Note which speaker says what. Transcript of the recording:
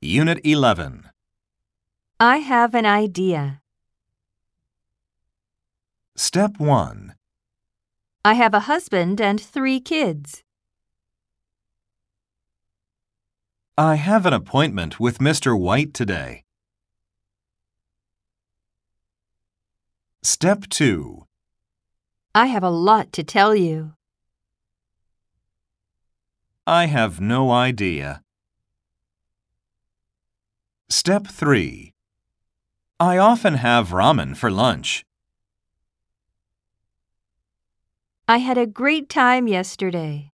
Speaker 1: Unit 11.
Speaker 2: I have an idea.
Speaker 1: Step 1.
Speaker 2: I have a husband and three kids.
Speaker 1: I have an appointment with Mr. White today. Step 2.
Speaker 2: I have a lot to tell you.
Speaker 1: I have no idea. Step 3. I often have ramen for lunch.
Speaker 2: I had a great time yesterday.